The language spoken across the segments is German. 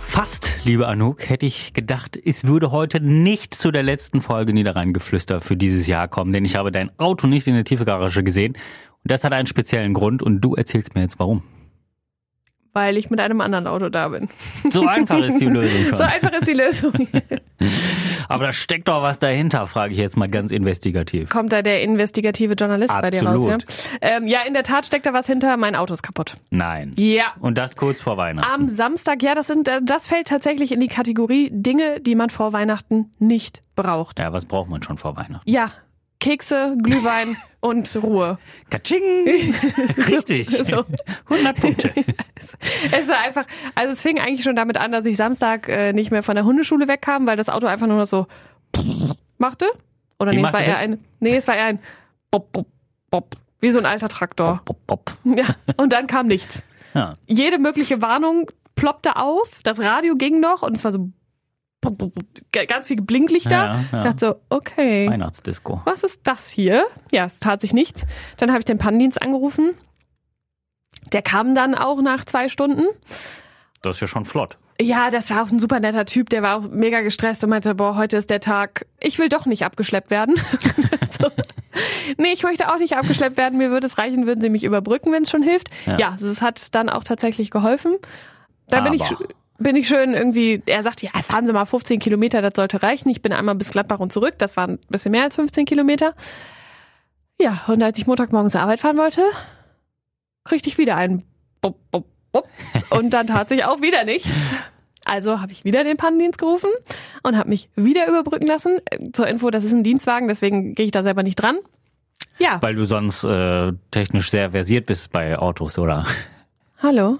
Fast, liebe Anouk, hätte ich gedacht, es würde heute nicht zu der letzten Folge Niederrheingeflüster für dieses Jahr kommen, denn ich habe dein Auto nicht in der Tiefgarage gesehen. Und das hat einen speziellen Grund und du erzählst mir jetzt warum. Weil ich mit einem anderen Auto da bin. So einfach ist die Lösung schon. So einfach ist die Lösung. Aber da steckt doch was dahinter, frage ich jetzt mal ganz investigativ. Kommt da der investigative Journalist bei dir raus? Ja? Absolut. Ähm, ja, in der Tat steckt da was hinter. Mein Auto ist kaputt. Nein. Ja. Und das kurz vor Weihnachten. Am Samstag, ja, das, sind, äh, das fällt tatsächlich in die Kategorie Dinge, die man vor Weihnachten nicht braucht. Ja, was braucht man schon vor Weihnachten? Ja, Kekse, Glühwein und Ruhe. Katsching! Richtig. so. 100 Punkte. Es war einfach, also es fing eigentlich schon damit an, dass ich Samstag äh, nicht mehr von der Hundeschule wegkam, weil das Auto einfach nur noch so machte. Oder Wie nee, es machte war eher das? ein, nee, es war eher ein Bob, Bob, Bob. Wie so ein alter Traktor. Pop, pop. Ja, und dann kam nichts. Ja. Jede mögliche Warnung ploppte auf, das Radio ging noch und es war so pop, pop, pop, g- ganz viele Blinklichter. Ja, ja. Ich dachte so, okay. Weihnachtsdisco. was ist das hier? Ja, es tat sich nichts. Dann habe ich den Pannendienst angerufen. Der kam dann auch nach zwei Stunden. Das ist ja schon flott. Ja, das war auch ein super netter Typ, der war auch mega gestresst und meinte, boah, heute ist der Tag, ich will doch nicht abgeschleppt werden. so. Nee, ich möchte auch nicht abgeschleppt werden, mir würde es reichen, würden sie mich überbrücken, wenn es schon hilft. Ja, Ja. also es hat dann auch tatsächlich geholfen. Da bin ich, Aber. bin ich schön irgendwie, er sagte, ja, fahren Sie mal 15 Kilometer, das sollte reichen. Ich bin einmal bis Gladbach und zurück, das waren ein bisschen mehr als 15 Kilometer. Ja, und als ich Montagmorgen zur Arbeit fahren wollte, kriegte ich wieder einen Bop, Bop, Bop. Und dann tat sich auch wieder nichts. Also habe ich wieder den Pannendienst gerufen und habe mich wieder überbrücken lassen. Äh, Zur Info, das ist ein Dienstwagen, deswegen gehe ich da selber nicht dran. Ja, Weil du sonst äh, technisch sehr versiert bist bei Autos, oder? hallo.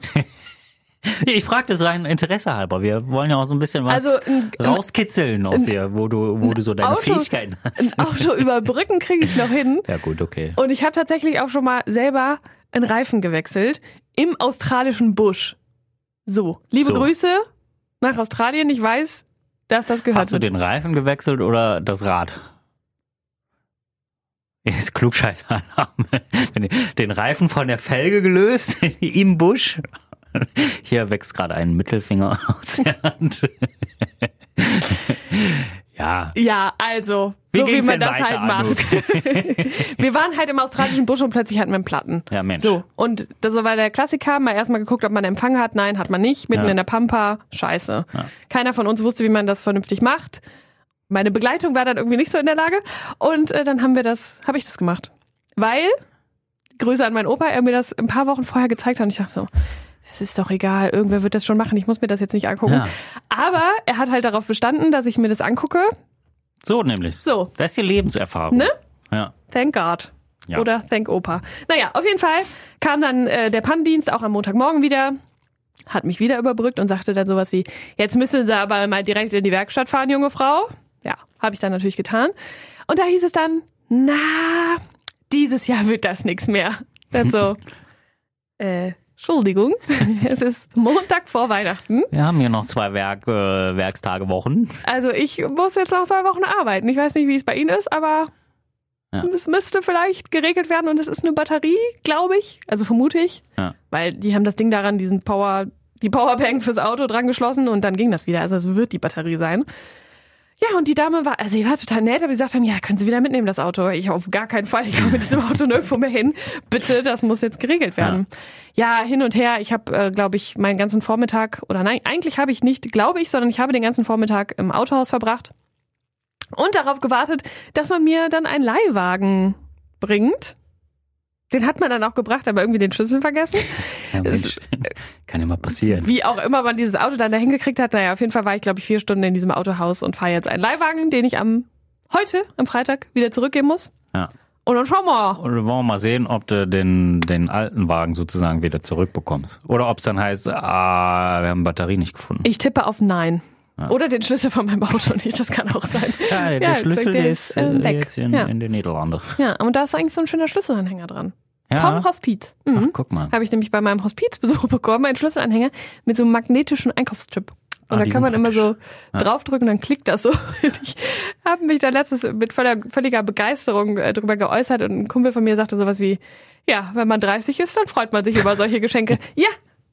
Ich frage das rein Interesse halber. Wir wollen ja auch so ein bisschen was Also ein- rauskitzeln aus dir, wo du, wo du so deine Auto- Fähigkeiten hast. Ein Auto überbrücken kriege ich noch hin. Ja gut, okay. Und ich habe tatsächlich auch schon mal selber einen Reifen gewechselt im australischen Busch. So, liebe So. Grüße nach Australien. Ich weiß, dass das gehört Hast du wird. den Reifen gewechselt oder das Rad? Ist Klugscheißalarm. Den- Den Reifen von der Felge gelöst im Busch. Hier wächst gerade ein Mittelfinger aus der Hand. Ja, Ja, also, Wie so wie ging's man denn das weiter, halt macht. wir waren halt im australischen Busch und plötzlich hatten wir einen Platten. ja Mensch. So, und das war der Klassiker, mal erstmal geguckt, ob man Empfang hat. Nein, hat man nicht. Mitten Ja. in der Pampa, scheiße. Ja. Keiner von uns wusste, wie man das vernünftig macht. Meine Begleitung war dann irgendwie nicht so in der Lage. Und äh, dann haben wir das, habe ich das gemacht. Weil, Grüße an meinen Opa, er mir das ein paar Wochen vorher gezeigt hat. Und ich dachte so, es ist doch egal, irgendwer wird das schon machen, ich muss mir das jetzt nicht angucken. Ja. Aber er hat halt darauf bestanden, dass ich mir das angucke. So nämlich. So. Das ist die Lebenserfahrung. Ne? Ja. Thank God. Ja. Oder Thank Opa. Naja, auf jeden Fall kam dann äh, der Pannendienst auch am Montagmorgen wieder, hat mich wieder überbrückt und sagte dann sowas wie, jetzt müssen Sie aber mal direkt in die Werkstatt fahren, junge Frau. Ja, habe ich dann natürlich getan. Und da hieß es dann, na, dieses Jahr wird das nichts mehr. Dann so, äh, Entschuldigung, es ist Montag vor Weihnachten. Wir haben hier noch zwei Werk, äh, Werkstage Wochen. Also ich muss jetzt noch zwei Wochen arbeiten. Ich weiß nicht, wie es bei Ihnen ist, aber Ja. es müsste vielleicht geregelt werden und es ist eine Batterie, glaube ich. Also vermute ich. Ja. Weil die haben das Ding daran, diesen Power, die Powerbank fürs Auto dran geschlossen und dann ging das wieder. Also es wird die Batterie sein. Ja, und die Dame war, also sie war total nett, aber sie sagte dann, ja, können Sie wieder mitnehmen, das Auto. Ich auf gar keinen Fall, ich komme mit diesem Auto nirgendwo mehr hin. Bitte, das muss jetzt geregelt werden. Ja, hin und her, ich habe, äh, glaube ich, meinen ganzen Vormittag, oder nein, eigentlich habe ich nicht, glaube ich, sondern ich habe den ganzen Vormittag im Autohaus verbracht und darauf gewartet, dass man mir dann einen Leihwagen bringt. Den hat man dann auch gebracht, aber irgendwie den Schlüssel vergessen. Ja, Es- äh, Mensch. Kann ja mal passieren. Wie auch immer man dieses Auto dann da hingekriegt hat, naja, auf jeden Fall war ich, glaube ich, vier Stunden in diesem Autohaus und fahre jetzt einen Leihwagen, den ich am heute, am Freitag, wieder zurückgeben muss. Ja. Und dann schauen wir. Und wir wollen mal sehen, ob du den, den alten Wagen sozusagen wieder zurückbekommst. Oder ob es dann heißt, ah, wir haben Batterie nicht gefunden. Ich tippe auf Nein. Oder den Schlüssel von meinem Auto nicht, das kann auch sein. Ja, Ah, der Ja, Schlüssel sagt, der ist ist, äh, äh, weg. jetzt in, Ja. in den Niederlanden. Ja, und da ist eigentlich so ein schöner Schlüsselanhänger dran. Vom Ja, Hospiz. Mhm. Ach, guck mal. Habe ich nämlich bei meinem Hospizbesuch bekommen, einen Schlüsselanhänger mit so einem magnetischen Einkaufschip. Und Ah, da die kann sind man immer so Ja. draufdrücken, dann klickt das so. Und ich habe mich da letztens mit voller, völliger Begeisterung äh, drüber geäußert und ein Kumpel von mir sagte sowas wie, ja, wenn man 30 ist, dann freut man sich über solche Geschenke. ja,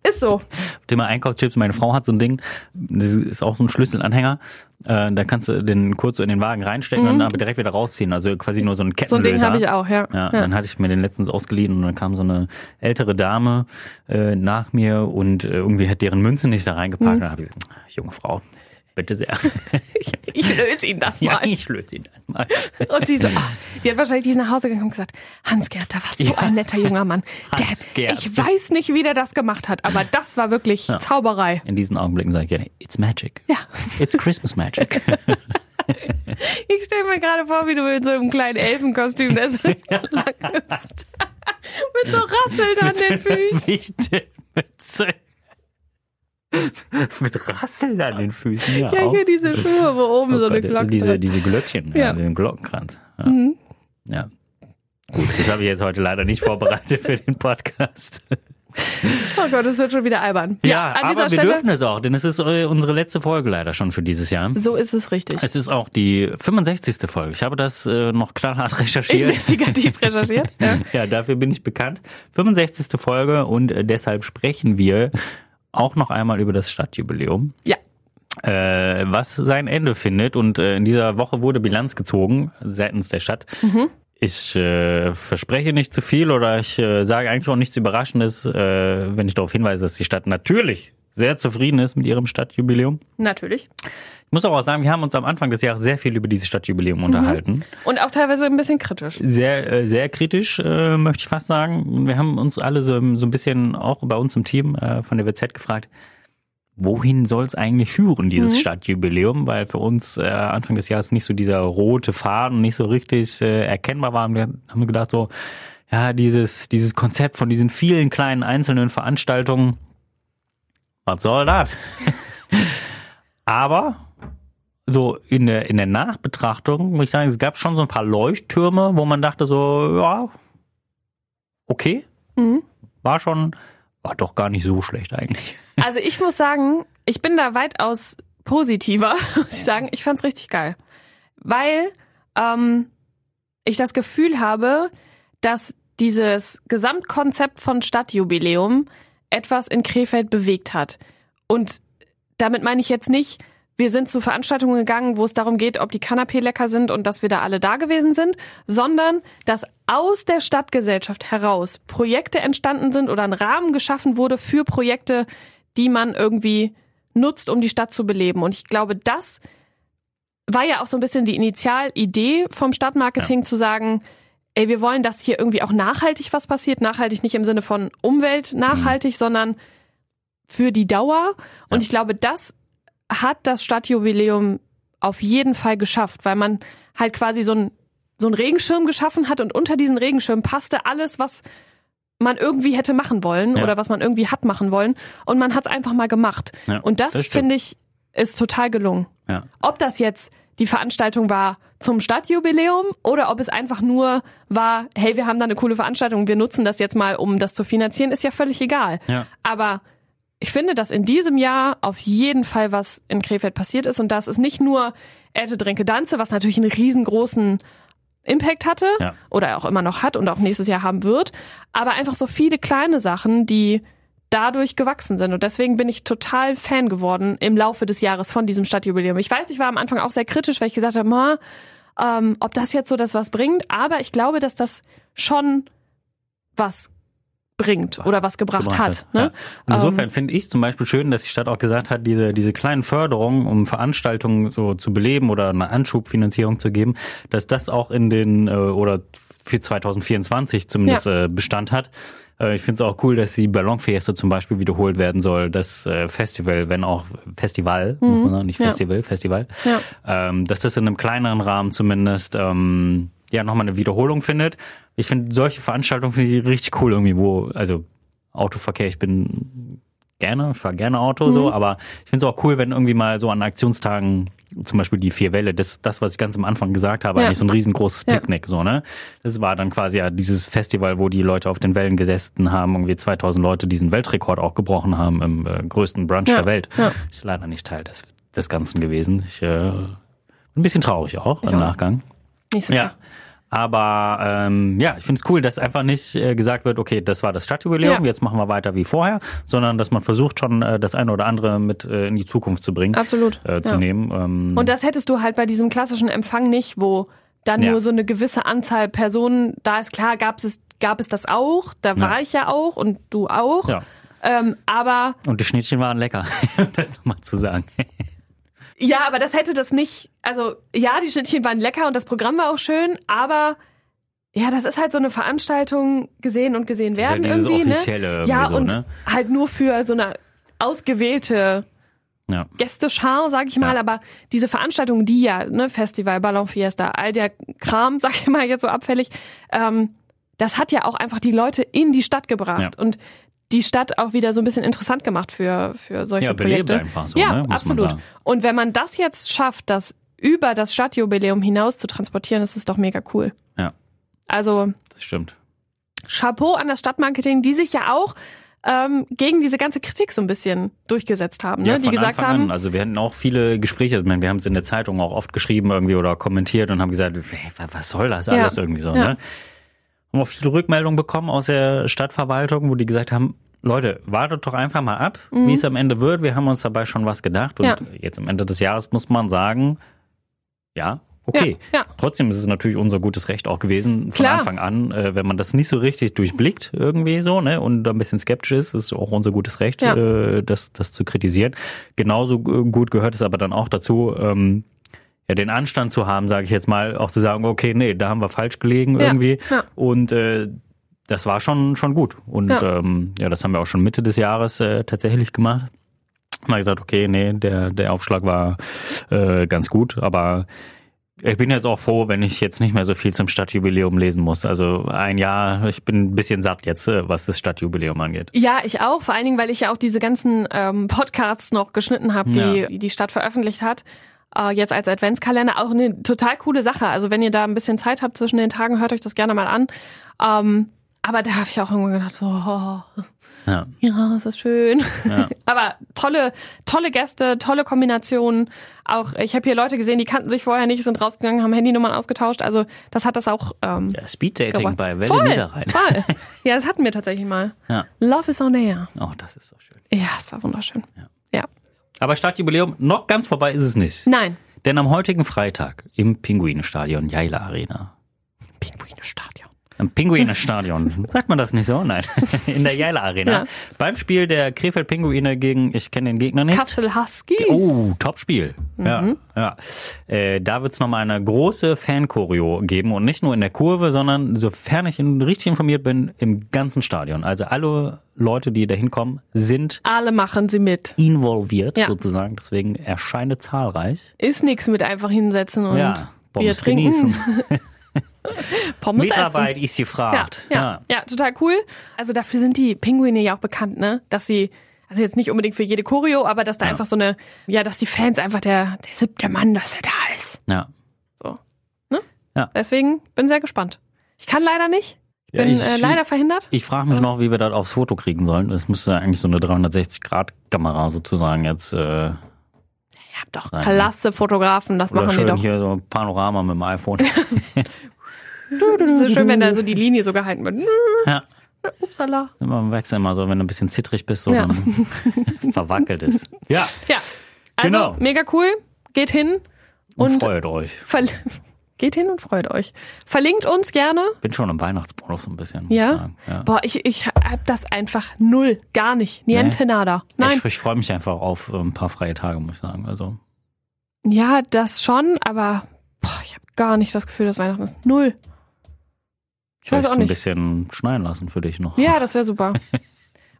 ist so. Thema Einkaufschips, meine Frau hat so ein Ding, das ist auch so ein Schlüsselanhänger. Äh, da kannst du den kurz so in den Wagen reinstecken und dann aber direkt wieder rausziehen. Also quasi nur so ein Mhm. So ein Kettenlöser. Ding habe ich auch, ja. Ja, dann hatte ich mir den letztens ausgeliehen und dann kam so eine ältere Dame äh, nach mir und äh, irgendwie hat deren Münze nicht da reingepackt. Mhm. Und dann habe ich gesagt, "Ah, junge Frau, bitte sehr. Ich löse ihn das ja, mal. ich löse ihn das mal. Und sie so, ah, die hat wahrscheinlich die ist nach Hause gegangen und gesagt, Hans-Gerd, da warst du so Ja. ein netter junger Mann. Der, Hans-Gerd. ich weiß nicht, wie der das gemacht hat, aber das war wirklich Zauberei. In diesen Augenblicken sage ich gerne, it's magic. Ja, It's Christmas magic. ich stelle mir gerade vor, wie du in so einem kleinen Elfenkostüm da so lang bist. Mit so Rasseln an den Füßen. Wichtelmütze. Mit Rasseln an den Füßen. Ja, Ja, auch. hier diese Schuhe, wo oben Oh so eine Gott, Glocke diese, drin. diese Glöckchen, ja. Ja. Mhm. den Glockenkranz. Ja. ja. Gut, das habe ich jetzt heute leider nicht vorbereitet für den Podcast. Oh Gott, das wird schon wieder albern. Ja, an aber dieser wir Stelle, dürfen es auch, denn es ist äh, unsere letzte Folge leider schon für dieses Jahr. so ist es richtig. Es ist auch die 65. Folge. Ich habe das äh, noch knallhart recherchiert. Investigativ recherchiert. Ja. Ja, dafür bin ich bekannt. 65. Folge und äh, deshalb sprechen wir auch noch einmal über das Stadtjubiläum, ja. äh, was sein Ende findet. Und äh, in dieser Woche wurde Bilanz gezogen seitens der Stadt. Ich äh, verspreche nicht zu viel oder ich äh, sage eigentlich auch nichts Überraschendes, äh, wenn ich darauf hinweise, dass die Stadt natürlich sehr zufrieden ist mit ihrem Stadtjubiläum. Natürlich. Ich muss aber auch sagen, wir haben uns am Anfang des Jahres sehr viel über dieses Stadtjubiläum unterhalten. Und auch teilweise ein bisschen kritisch. sehr, äh, sehr kritisch, äh, möchte ich fast sagen. Wir haben uns alle so, so ein bisschen auch bei uns im Team äh, von der WZ gefragt, wohin soll es eigentlich führen, dieses Stadtjubiläum? Weil für uns äh, Anfang des Jahres nicht so dieser rote Faden nicht so richtig äh, erkennbar war. Und wir haben gedacht, so, ja, dieses, dieses Konzept von diesen vielen kleinen einzelnen Veranstaltungen, was soll das? Aber so in der, in der Nachbetrachtung, muss ich sagen, es gab schon so ein paar Leuchttürme, wo man dachte so, ja, okay, Mhm. war schon, war doch gar nicht so schlecht eigentlich. Also ich muss sagen, ich bin da weitaus positiver, muss ich sagen. Ich fand's richtig geil. Weil ähm, ich das Gefühl habe, dass dieses Gesamtkonzept von Stadtjubiläum etwas in Krefeld bewegt hat. Und damit meine ich jetzt nicht, wir sind zu Veranstaltungen gegangen, wo es darum geht, ob die Kanapee lecker sind und dass wir da alle da gewesen sind, sondern dass aus der Stadtgesellschaft heraus Projekte entstanden sind oder ein Rahmen geschaffen wurde für Projekte, die man irgendwie nutzt, um die Stadt zu beleben. Und ich glaube, das war ja auch so ein bisschen die Initialidee vom Stadtmarketing zu sagen, ey, wir wollen, dass hier irgendwie auch nachhaltig was passiert. Nachhaltig nicht im Sinne von Umwelt nachhaltig, sondern für die Dauer. Und Mhm. Ja. ich glaube, das hat das Stadtjubiläum auf jeden Fall geschafft, weil man halt quasi so ein so einen Regenschirm geschaffen hat und unter diesen Regenschirm passte alles, was man irgendwie hätte machen wollen Ja. oder was man irgendwie hat machen wollen. Und man hat es einfach mal gemacht. Ja, und das, das stimmt. finde ich, ist total gelungen. Ja. Ob das jetzt die Veranstaltung war zum Stadtjubiläum oder ob es einfach nur war, hey, wir haben da eine coole Veranstaltung, wir nutzen das jetzt mal, um das zu finanzieren, ist ja völlig egal. Ja. Aber ich finde, dass in diesem Jahr auf jeden Fall was in Krefeld passiert ist und das ist nicht nur Erte Drinke Danze, was natürlich einen riesengroßen Impact hatte Ja. oder auch immer noch hat und auch nächstes Jahr haben wird, aber einfach so viele kleine Sachen, die dadurch gewachsen sind. Und deswegen bin ich total Fan geworden im Laufe des Jahres von diesem Stadtjubiläum. Ich weiß, ich war am Anfang auch sehr kritisch, weil ich gesagt habe, "Ma, ähm, ob das jetzt so das was bringt, aber ich glaube, dass das schon was bringt oder was gebracht hat. Ne? Ja. Insofern finde ich zum Beispiel schön, dass die Stadt auch gesagt hat, diese, diese kleinen Förderungen, um Veranstaltungen so zu beleben oder eine Anschubfinanzierung zu geben, dass das auch in den äh, oder für 2024 zumindest äh, Bestand hat. Äh, ich finde es auch cool, dass die Ballonfieste zum Beispiel wiederholt werden soll, das äh, Festival, wenn auch Festival, muss man sagen, nicht Mhm. Ja. Festival, Festival, Ja. ähm, dass das in einem kleineren Rahmen zumindest ähm, ja nochmal eine Wiederholung findet. Ich finde solche Veranstaltungen finde ich richtig cool irgendwie, wo, also Autoverkehr, ich bin gerne, ich fahre gerne Auto Mhm. so, aber ich finde es auch cool, wenn irgendwie mal so an Aktionstagen zum Beispiel die vier Welle, das, das was ich ganz am Anfang gesagt habe, Ja. eigentlich so ein riesengroßes Ja. Picknick, so, ne? Das war dann quasi ja dieses Festival, wo die Leute auf den Wellen gesessen haben, irgendwie 2000 Leute diesen Weltrekord auch gebrochen haben im äh, größten Brunch Ja. der Welt. Ja. Ich leider nicht Teil des, des Ganzen gewesen. Ich, äh, ein bisschen traurig auch Ich im auch. Nachgang. Nächstes Ja. Jahr. Aber ähm, ja, ich finde es cool, dass einfach nicht äh, gesagt wird, okay, das war das Stadtjubiläum, Ja. jetzt machen wir weiter wie vorher, sondern dass man versucht schon äh, das eine oder andere mit äh, in die Zukunft zu bringen, Absolut. äh, zu ja. nehmen. Ähm, Und das hättest du halt bei diesem klassischen Empfang nicht, wo dann Ja. nur so eine gewisse Anzahl Personen da ist. Klar, gab es, gab es das auch, da war ich ja auch und du auch. ja. Ähm, aber Und die Schnittchen waren lecker, um das nochmal zu sagen. ja, aber das hätte das nicht. Also ja, die Schnittchen waren lecker und das Programm war auch schön, aber ja, das ist halt so eine Veranstaltung gesehen und gesehen ist werden halt dieses irgendwie. Offizielle ne? irgendwie ja, so, und ne? halt nur für so eine ausgewählte Ja. Gästeschar, sag ich mal, Ja. aber diese Veranstaltungen, die ja, ne, Festival, Ballon Fiesta, all der Kram, sag ich mal jetzt so abfällig, ähm, das hat ja auch einfach die Leute in die Stadt gebracht und die Stadt auch wieder so ein bisschen interessant gemacht für, für solche Ja, belebt Projekte. einfach so, ja, ne, muss man absolut. sagen. Und wenn man das jetzt schafft, das über das Stadtjubiläum hinaus zu transportieren, ist es doch mega cool. Ja. Also Das stimmt. Chapeau an das Stadtmarketing, die sich ja auch ähm, gegen diese ganze Kritik so ein bisschen durchgesetzt haben, ne? Ja, die von gesagt Anfang haben, an. Also wir hatten auch viele Gespräche, also ich meine, wir haben es in der Zeitung auch oft geschrieben irgendwie oder kommentiert und haben gesagt, hey, wa- was soll das alles Ja. irgendwie so, Ja. ne? Haben auch viele Rückmeldungen bekommen aus der Stadtverwaltung, wo die gesagt haben, Leute, wartet doch einfach mal ab, wie es am Ende wird. Wir haben uns dabei schon was gedacht und Mhm. Ja. jetzt am Ende des Jahres muss man sagen, ja, okay. Ja, ja. Trotzdem ist es natürlich unser gutes Recht auch gewesen, von Klar. Anfang an, äh, wenn man das nicht so richtig durchblickt irgendwie so, ne, und da ein bisschen skeptisch ist, ist auch unser gutes Recht, Ja. äh, das, das zu kritisieren. Genauso äh, gut gehört es aber dann auch dazu, ähm, ja, den Anstand zu haben, sage ich jetzt mal, auch zu sagen, okay, nee, da haben wir falsch gelegen Ja, irgendwie. ja. Und äh, das war schon, schon gut. Und Ja. ja. Ähm, ja, das haben wir auch schon Mitte des Jahres äh, tatsächlich gemacht. Haben wir gesagt, okay, nee, der, der Aufschlag war äh, ganz gut, aber ich bin jetzt auch froh, wenn ich jetzt nicht mehr so viel zum Stadtjubiläum lesen muss. Also ein Jahr, ich bin ein bisschen satt jetzt, äh, was das Stadtjubiläum angeht. Ja, ich auch. Vor allen Dingen, weil ich ja auch diese ganzen ähm, Podcasts noch geschnitten habe, die Ja. die die Stadt veröffentlicht hat. Äh, jetzt als Adventskalender auch eine total coole Sache. Also wenn ihr da ein bisschen Zeit habt zwischen den Tagen, hört euch das gerne mal an. Ähm, aber da habe ich auch irgendwann gedacht, oh, Ja, ja, es ist schön. Ja. aber tolle, tolle Gäste, tolle Kombinationen. Auch ich habe hier Leute gesehen, die kannten sich vorher nicht, sind rausgegangen, haben Handynummern ausgetauscht. Also das hat das auch ähm, ja Speeddating gebracht. bei Welle voll, Niederrhein. voll. Ja, das hatten wir tatsächlich mal. Ja. Love is on air. Oh, das ist so schön. Ja, es war wunderschön. Ja. Aber Stadtjubiläum, noch ganz vorbei ist es nicht. Nein. Denn am heutigen Freitag im Pinguinestadion Jaila Arena. Pinguine Stadion. Im Pinguine-Stadion. Sagt man das nicht so? Nein. In der Jaila Arena. Ja. Beim Spiel der Krefeld Pinguine gegen, ich kenne den Gegner nicht. Kassel Huskies. Oh, Top-Spiel. Ja, Mhm. ja. Äh, da wird es nochmal eine große Fan-Choreo geben und nicht nur in der Kurve, sondern sofern ich in, richtig informiert bin, im ganzen Stadion. Also alle Leute, die da hinkommen, sind Alle machen sie mit. involviert Ja. sozusagen. Deswegen erscheine zahlreich. Ist nichts mit einfach hinsetzen und ja, Bier Pommes trinken, genießen. Pommes Mitarbeit essen. ist Ja, gefragt. ja, ja, total cool. Also dafür sind die Pinguine ja auch bekannt, ne? Dass sie, also jetzt nicht unbedingt für jede Choreo, aber dass da einfach so eine, ja, dass die Fans einfach der, der siebte Mann, dass er da ist. ja. So. Ne? Ja. Deswegen bin sehr gespannt. Ich kann leider nicht. Ich Ja, bin ich- äh, leider verhindert. Ich frage mich noch, wie wir das aufs Foto kriegen sollen. Es müsste eigentlich so eine 360-Grad-Kamera sozusagen jetzt äh, Ihr habt doch Nein. klasse Fotografen, das oder machen die schön doch. hier so ein Panorama mit dem iPhone. Es ist schön, wenn da so die Linie so gehalten wird. Hm, ja. Upsala. Man wächst immer so, wenn du ein bisschen zittrig bist, so Ja. dann verwackelt ist. Ja, Ja, also Genau. mega cool. Geht hin und, und freut euch. verl- geht hin und freut euch. Verlinkt uns gerne. Bin schon im Weihnachtsbonus so ein bisschen. muss ich Ja. sagen. ja. Boah, ich, ich hab das einfach null, gar nicht. Niente Nee. nada. Nein. Ich, ich freue mich einfach auf äh, ein paar freie Tage, muss ich sagen. Also Ja, das schon, aber boah, ich habe gar nicht das Gefühl, dass Weihnachten ist. Null. Ich weiß vielleicht auch ein nicht. bisschen schneiden lassen für dich noch. Ja, das wäre super.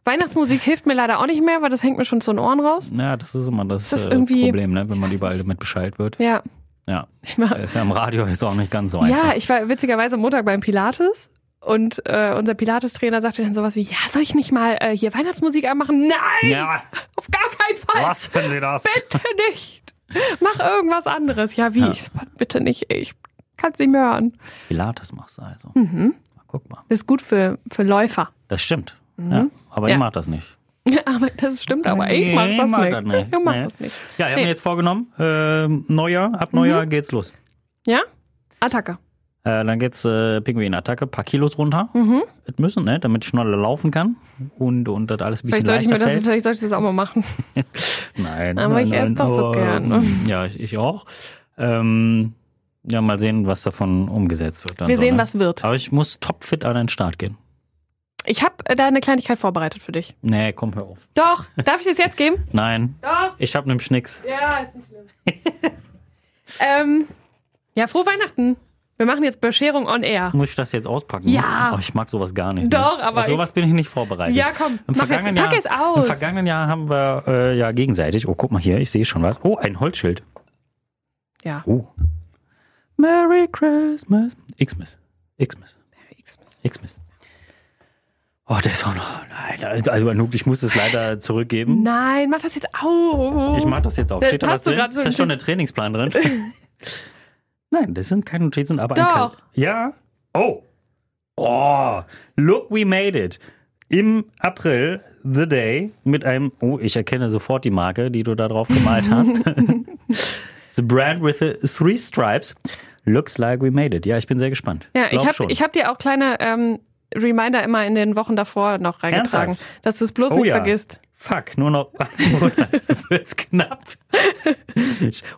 Weihnachtsmusik hilft mir leider auch nicht mehr, weil das hängt mir schon zu den Ohren raus. Ja, das ist immer das, Das ist äh, irgendwie- Problem, ne? wenn man weiß überall nicht. damit Bescheid wird. Ja, Ja, ich mach, ist ja im Radio jetzt auch nicht ganz so einfach. Ja, ich war witzigerweise am Montag beim Pilates Und äh, unser Pilates-Trainer sagte dann sowas wie, ja, soll ich nicht mal äh, hier Weihnachtsmusik anmachen? Nein! Ja, Auf gar keinen Fall! lassen Sie das. Bitte nicht! Mach irgendwas anderes. Ja, wie? Ja. Ich, bitte nicht. Ich kann es nicht mehr hören. Pilates machst du also. Mhm. Na, Guck mal. Ist gut für, für Läufer. Das stimmt. Ja, Mhm. aber Ja. ich mag das nicht. aber das stimmt aber. Ich mach Nee, das mag nicht. das nicht. Ich mach Nee. das nicht. Ja, ich habe Nee. Mhm. mir jetzt vorgenommen, ähm, Neujahr, ab Neujahr geht's los. Ja? Attacke. Äh, dann geht's äh, Pinguinattacke, paar Kilos runter. Mhm. Das müssen, ne, damit ich schneller laufen kann und und das alles ein Vielleicht bisschen sollte, ich leichter mir das, fällt. vielleicht sollte ich das auch mal machen. Nein, Aber nein, ich nein, esse doch so aber, gern. ähm, Ja, ich, ich auch. Ähm, ja, mal sehen, was davon umgesetzt wird. dann Wir so, sehen, ne? was wird. Aber ich muss topfit an den Start gehen. Ich habe da eine Kleinigkeit vorbereitet für dich. Nee, komm, hör auf. Doch, darf ich das jetzt geben? Nein, Doch. ich hab nämlich nix. Ja, ist nicht schlimm. ähm, ja, frohe Weihnachten. Wir machen jetzt Bescherung on Air. Muss ich das jetzt auspacken? Ja. Oh, ich mag sowas gar nicht. Doch, ne? aber Auf sowas bin ich nicht vorbereitet. Ja, komm, Im mach jetzt, vergangenen pack Jahr, jetzt Im aus. vergangenen Jahr haben wir äh, ja gegenseitig. Oh, guck mal hier, ich sehe schon was. Oh, ein Holzschild. Ja. Oh. Merry Christmas. Xmas. Xmas. Xmas. Oh, der ist auch noch. Nein, also Anouk, ich muss es leider zurückgeben. Nein, mach das jetzt auf. Ich mach das jetzt auf. Da Steht da hast was du drin? grad so ist da einen schon der Trainingsplan drin? Nein, das sind keine Notizen, aber ein Doch. Kal- Ja. Oh. Oh. Look, we made it. Im April, The Day, mit einem, oh, ich erkenne sofort die Marke, die du da drauf gemalt hast. the brand with the three stripes. Looks like we made it. Ja, ich bin sehr gespannt. Ja, ich Glaub habe schon. ich hab dir auch kleine ähm, Reminder immer in den Wochen davor noch reingetragen, dass du es bloß Oh nicht ja. vergisst. Fuck, nur noch ein Monat wird's knapp.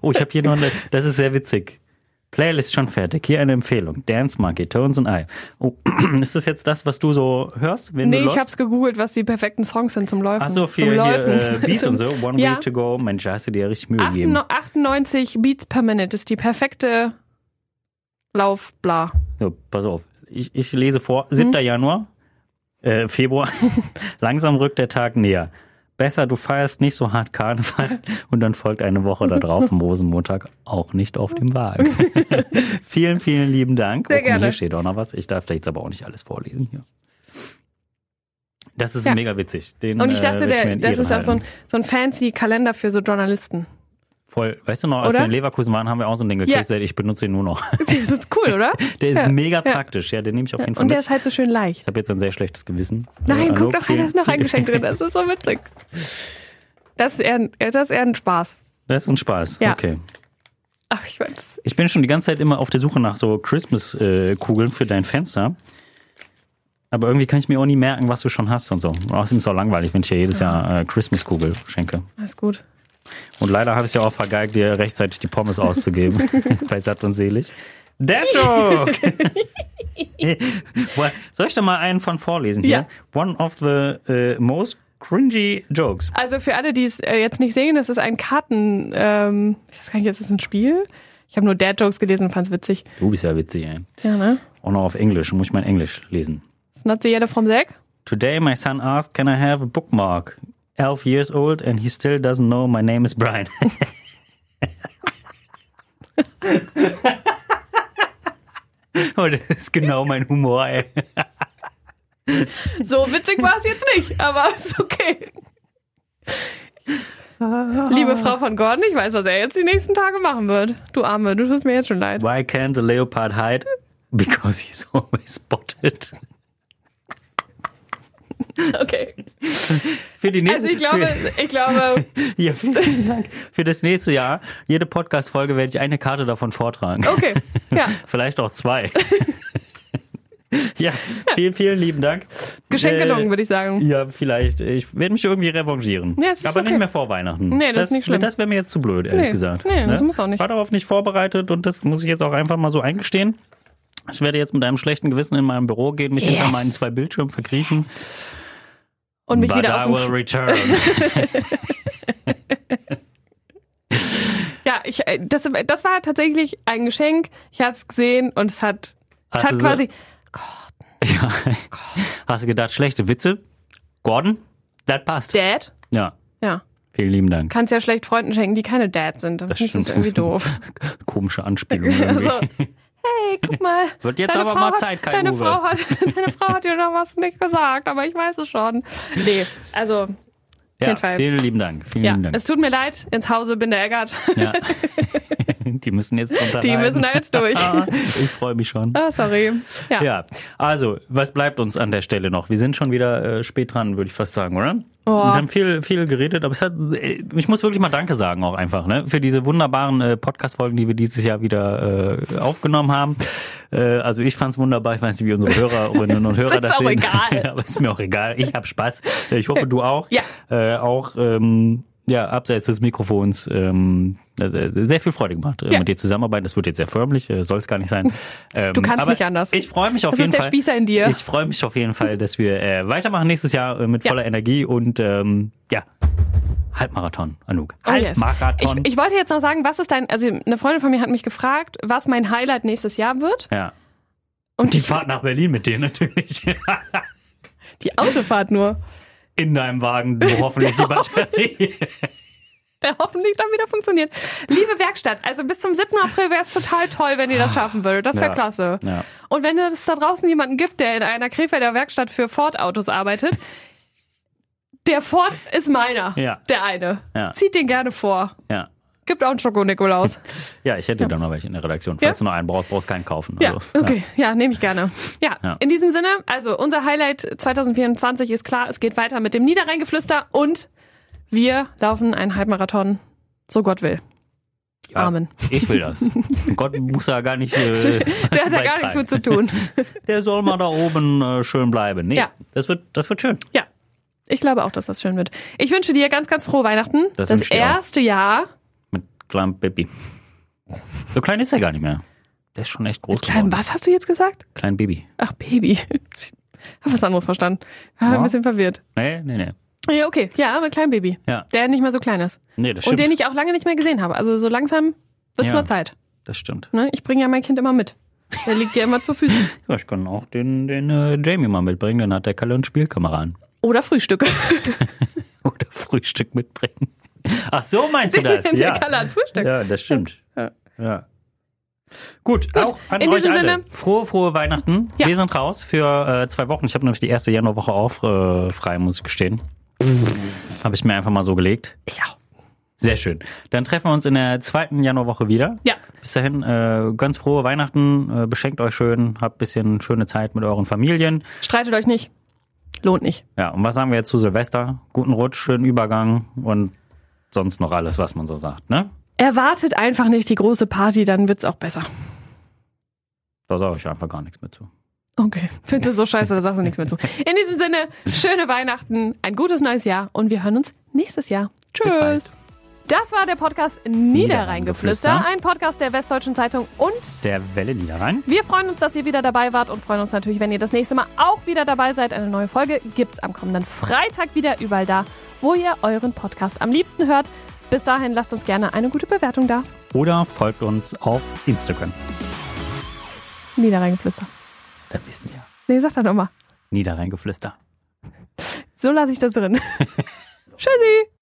Oh, ich habe hier noch eine, das ist sehr witzig. Playlist schon fertig. Hier eine Empfehlung. Dance Monkey, Tones and I. Oh, ist das jetzt das, was du so hörst, wenn Nee, du ich läufst? hab's gegoogelt, was die perfekten Songs sind zum Läufen. Ach so, zum viel hier Läufen. äh, Beats und so. One Ja. Week to Go. Mensch, da hast du dir richtig Mühe gegeben. 98 Beats per Minute ist die perfekte Laufbla. So, pass auf. Ich, ich lese vor. 7. Hm? Januar, äh, Februar. Langsam rückt der Tag näher. Besser, du feierst nicht so hart Karneval und dann folgt eine Woche darauf am Rosenmontag auch nicht auf dem Wagen. vielen, vielen lieben Dank. Sehr guck mal, gerne. Hier steht auch noch was. Ich darf da jetzt aber auch nicht alles vorlesen hier. Das ist Ja. mega witzig. Den, Und ich dachte, äh, werd ich mir der, in das Ehren ist auch so ein, halten. so ein fancy Kalender für so Journalisten. Voll. Weißt du noch, als Oder? wir in Leverkusen waren, haben wir auch so ein Ding gekriegt. Ja. Ich benutze ihn nur noch. Das ist cool, oder? Der ist Ja. mega Ja. praktisch. Ja, den nehme ich auf jeden Fall Und der mit. ist halt so schön leicht. Ich habe jetzt ein sehr schlechtes Gewissen. Nein, Also, guck doch, vielen- da ist noch ein vielen- Geschenk drin. Das ist so witzig. Das ist eher, ein- äh, das ist eher ein Spaß. Das ist ein Spaß. Ja. Okay. Ach, ich weiß. Ich bin schon die ganze Zeit immer auf der Suche nach so Christmas-Kugeln für dein Fenster. Aber irgendwie kann ich mir auch nie merken, was du schon hast und so. Und außerdem ist es auch langweilig, wenn ich dir jedes Jahr äh, Christmas-Kugel schenke. Alles gut. Und leider habe ich es ja auch vergeigt, dir rechtzeitig die Pommes auszugeben. bei Satt und Selig. Dead Joke! Soll ich da mal einen von vorlesen hier? One of the äh, most cringy jokes. Also für alle, die es äh, jetzt nicht sehen, das ist ein Karten. Ähm, ich weiß gar nicht, ist das ein Spiel? Ich habe nur Dad Jokes gelesen und fand's witzig. Du bist ja witzig, ey. Ja, ne? Auch noch auf Englisch. Muss ich mein Englisch lesen. It's not the yellow from Zack. Today, my son asked, Can I have a bookmark? 11 years old, and he still doesn't know my name is Brian. oh, das ist genau mein Humor, ey. So witzig war es jetzt nicht, aber ist okay. Ah. Liebe Frau von Gordon, ich weiß, was er jetzt die nächsten Tage machen wird. Du Arme, du tust mir jetzt schon leid. Why can't the leopard hide? Because he's always spotted. Okay. Für die nächste, Also ich glaube, für, ich glaube, ja, vielen Dank. Für das nächste Jahr, jede Podcast-Folge werde ich eine Karte davon vortragen. okay. Ja. Vielleicht auch zwei. ja, vielen, vielen lieben Dank. Geschenk Äh, gelungen, würde ich sagen. Ja, vielleicht. Ich werde mich irgendwie revanchieren. Ja, es ist Aber okay. nicht mehr vor Weihnachten. Nee, das ist nicht schlimm. Das wäre mir jetzt zu blöd, ehrlich Nee, gesagt. nee, ne? das muss auch nicht. War darauf nicht vorbereitet und das muss ich jetzt auch einfach mal so eingestehen. Ich werde jetzt mit einem schlechten Gewissen in meinem Büro gehen, mich hinter Yes. meinen zwei Bildschirmen verkriechen. Und mich But wieder aus I will dem return. Ja, ich, äh, das, das war tatsächlich ein Geschenk. Ich habe es gesehen und es hat, es Hast hat du so- quasi. ja. Hast du gedacht, schlechte Witze? Gordon, das passt. Dad? Ja, Ja. vielen lieben Dank. Kannst ja schlecht Freunden schenken, die keine Dad sind. Dann Das finde ich das stimmt. irgendwie doof. Komische Anspielung. irgendwie. also, hey, guck mal. Wird jetzt deine aber Frau mal hat- Zeit, Kai deine Uwe. Frau, hat, deine Frau hat dir noch was nicht gesagt, aber ich weiß es schon. Nee, also, Ja, jeden Fall. Vielen lieben Dank. Vielen ja, lieben Dank. es tut mir leid, ins Hause bin der Eggert. Ja. Die müssen jetzt drunter Die leiden. müssen da jetzt durch. ich freue mich schon. Ah, sorry. Ja. Ja, also, was bleibt uns an der Stelle noch? Wir sind schon wieder äh, spät dran, würde ich fast sagen, oder? Oh. Wir haben viel, viel geredet, aber es hat, äh, ich muss wirklich mal Danke sagen auch einfach, ne? Für diese wunderbaren äh, Podcast-Folgen, die wir dieses Jahr wieder äh, aufgenommen haben. Äh, also ich fand's wunderbar, ich weiß nicht, wie unsere Hörerinnen und Hörer Ist das auch sehen. egal. aber ist mir auch egal. Ich habe Spaß. Ich hoffe, du auch. Ja. Äh, auch, ähm, ja, abseits des Mikrofons, ähm, also, äh, sehr viel Freude gemacht, äh, Ja. mit dir zusammenarbeiten. Das wird jetzt sehr förmlich, äh, soll es gar nicht sein. Ähm, Du kannst aber nicht anders. Ich freue mich auf Das jeden ist der Fall. Spießer in dir. Ich freue mich auf jeden Fall, dass wir äh, weitermachen nächstes Jahr äh, mit Ja. voller Energie und ähm, ja, Halbmarathon, Anouk. Oh, yes. Halbmarathon. Ich, ich wollte jetzt noch sagen, was ist dein, also eine Freundin von mir hat mich gefragt, was mein Highlight nächstes Jahr wird. ja. Und Die die, Fahrt nach Berlin mit dir natürlich. die Autofahrt nur. In deinem Wagen, wo hoffentlich Genau. die Batterie. Der hoffentlich dann wieder funktioniert. Liebe Werkstatt, also bis zum 7. April wäre es total toll, wenn ihr das schaffen würdet. Das wäre Ah, Ja. klasse. Ja. Und wenn es da draußen jemanden gibt, der in einer Krefelder Werkstatt für Ford-Autos arbeitet, der Ford ist meiner. Ja. Der eine. Ja. Zieht den gerne vor. ja. Gibt auch einen Schoko-Nikolaus. Ja, ich hätte da noch welche in der Redaktion. Falls du noch einen brauchst, brauchst keinen kaufen. Ja, Also, okay. Ja, nehme ich gerne. Ja, Ja. in diesem Sinne, also unser Highlight 2024 ist klar, es geht weiter mit dem Niederrheingeflüster und wir laufen einen Halbmarathon, so Gott will. ja. Amen. Ich will das. Gott muss da gar nicht. Äh, Der hat da gar nichts mit zu tun. Der soll mal da oben äh, schön bleiben. Nee, Ja. das, wird, das wird schön. Ja, ich glaube auch, dass das schön wird. Ich wünsche dir ganz, ganz frohe Weihnachten. Das das wünsche ich dir auch. erste Jahr. Mit kleinem Baby. So klein ist er gar nicht mehr. Der ist schon echt groß Klein, geworden. was hast du jetzt gesagt? Klein Baby. Ach, Baby. Hab was anderes verstanden. War Ja. ein bisschen verwirrt. Nee, nee, nee. Ja, okay. Ja, mit kleinem Baby. Ja, Der nicht mehr so klein ist. nee, das Und den stimmt. ich auch lange nicht mehr gesehen habe. Also so langsam wird's Ja. mal Zeit. Das stimmt. Ne? Ich bringe ja mein Kind immer mit. Der liegt dir immer zu Füßen. Ja, ich kann auch den, den äh, Jamie mal mitbringen, dann hat der Kalle einen Spielkameraden. Oder Frühstück. Oder Frühstück mitbringen. Ach, so meinst du das? Der ja. Kalle hat Frühstück. ja, das stimmt. Ja. Ja. Gut, auch an in euch diesem alle. Sinne- Frohe, frohe Weihnachten. Ja. Wir sind raus für äh, zwei Wochen. Ich habe nämlich die erste Januarwoche auf äh, frei, muss ich gestehen. Habe ich mir einfach mal so gelegt. Ich auch. Sehr schön. Dann treffen wir uns in der zweiten Januarwoche wieder. Ja. Bis dahin, äh, ganz frohe Weihnachten, äh, beschenkt euch schön, habt bisschen schöne Zeit mit euren Familien. Streitet euch nicht. Lohnt nicht. Ja, und was sagen wir jetzt zu Silvester? Guten Rutsch, schönen Übergang und sonst noch alles, was man so sagt, ne? Erwartet einfach nicht die große Party, dann wird's auch besser. Da sage ich einfach gar nichts mehr zu. Okay, findest du so scheiße, da sagst du nichts mehr zu. In diesem Sinne, schöne Weihnachten, ein gutes neues Jahr und wir hören uns nächstes Jahr. Bis bald. Tschüss. Das war der Podcast Niederrheingeflüster, Niederrheingeflüster. ein Podcast der Westdeutschen Zeitung und Der Welle Niederrhein. wir freuen uns, dass ihr wieder dabei wart und freuen uns natürlich, wenn ihr das nächste Mal auch wieder dabei seid. Eine neue Folge gibt's am kommenden Freitag wieder überall da, wo ihr euren Podcast am liebsten hört. Bis dahin lasst uns gerne eine gute Bewertung da. Oder folgt uns auf Instagram. Niederrheingeflüster. Da wissen wir. Nee, sag doch nochmal. Niederrheingeflüster. So lasse ich das drin. Tschüssi.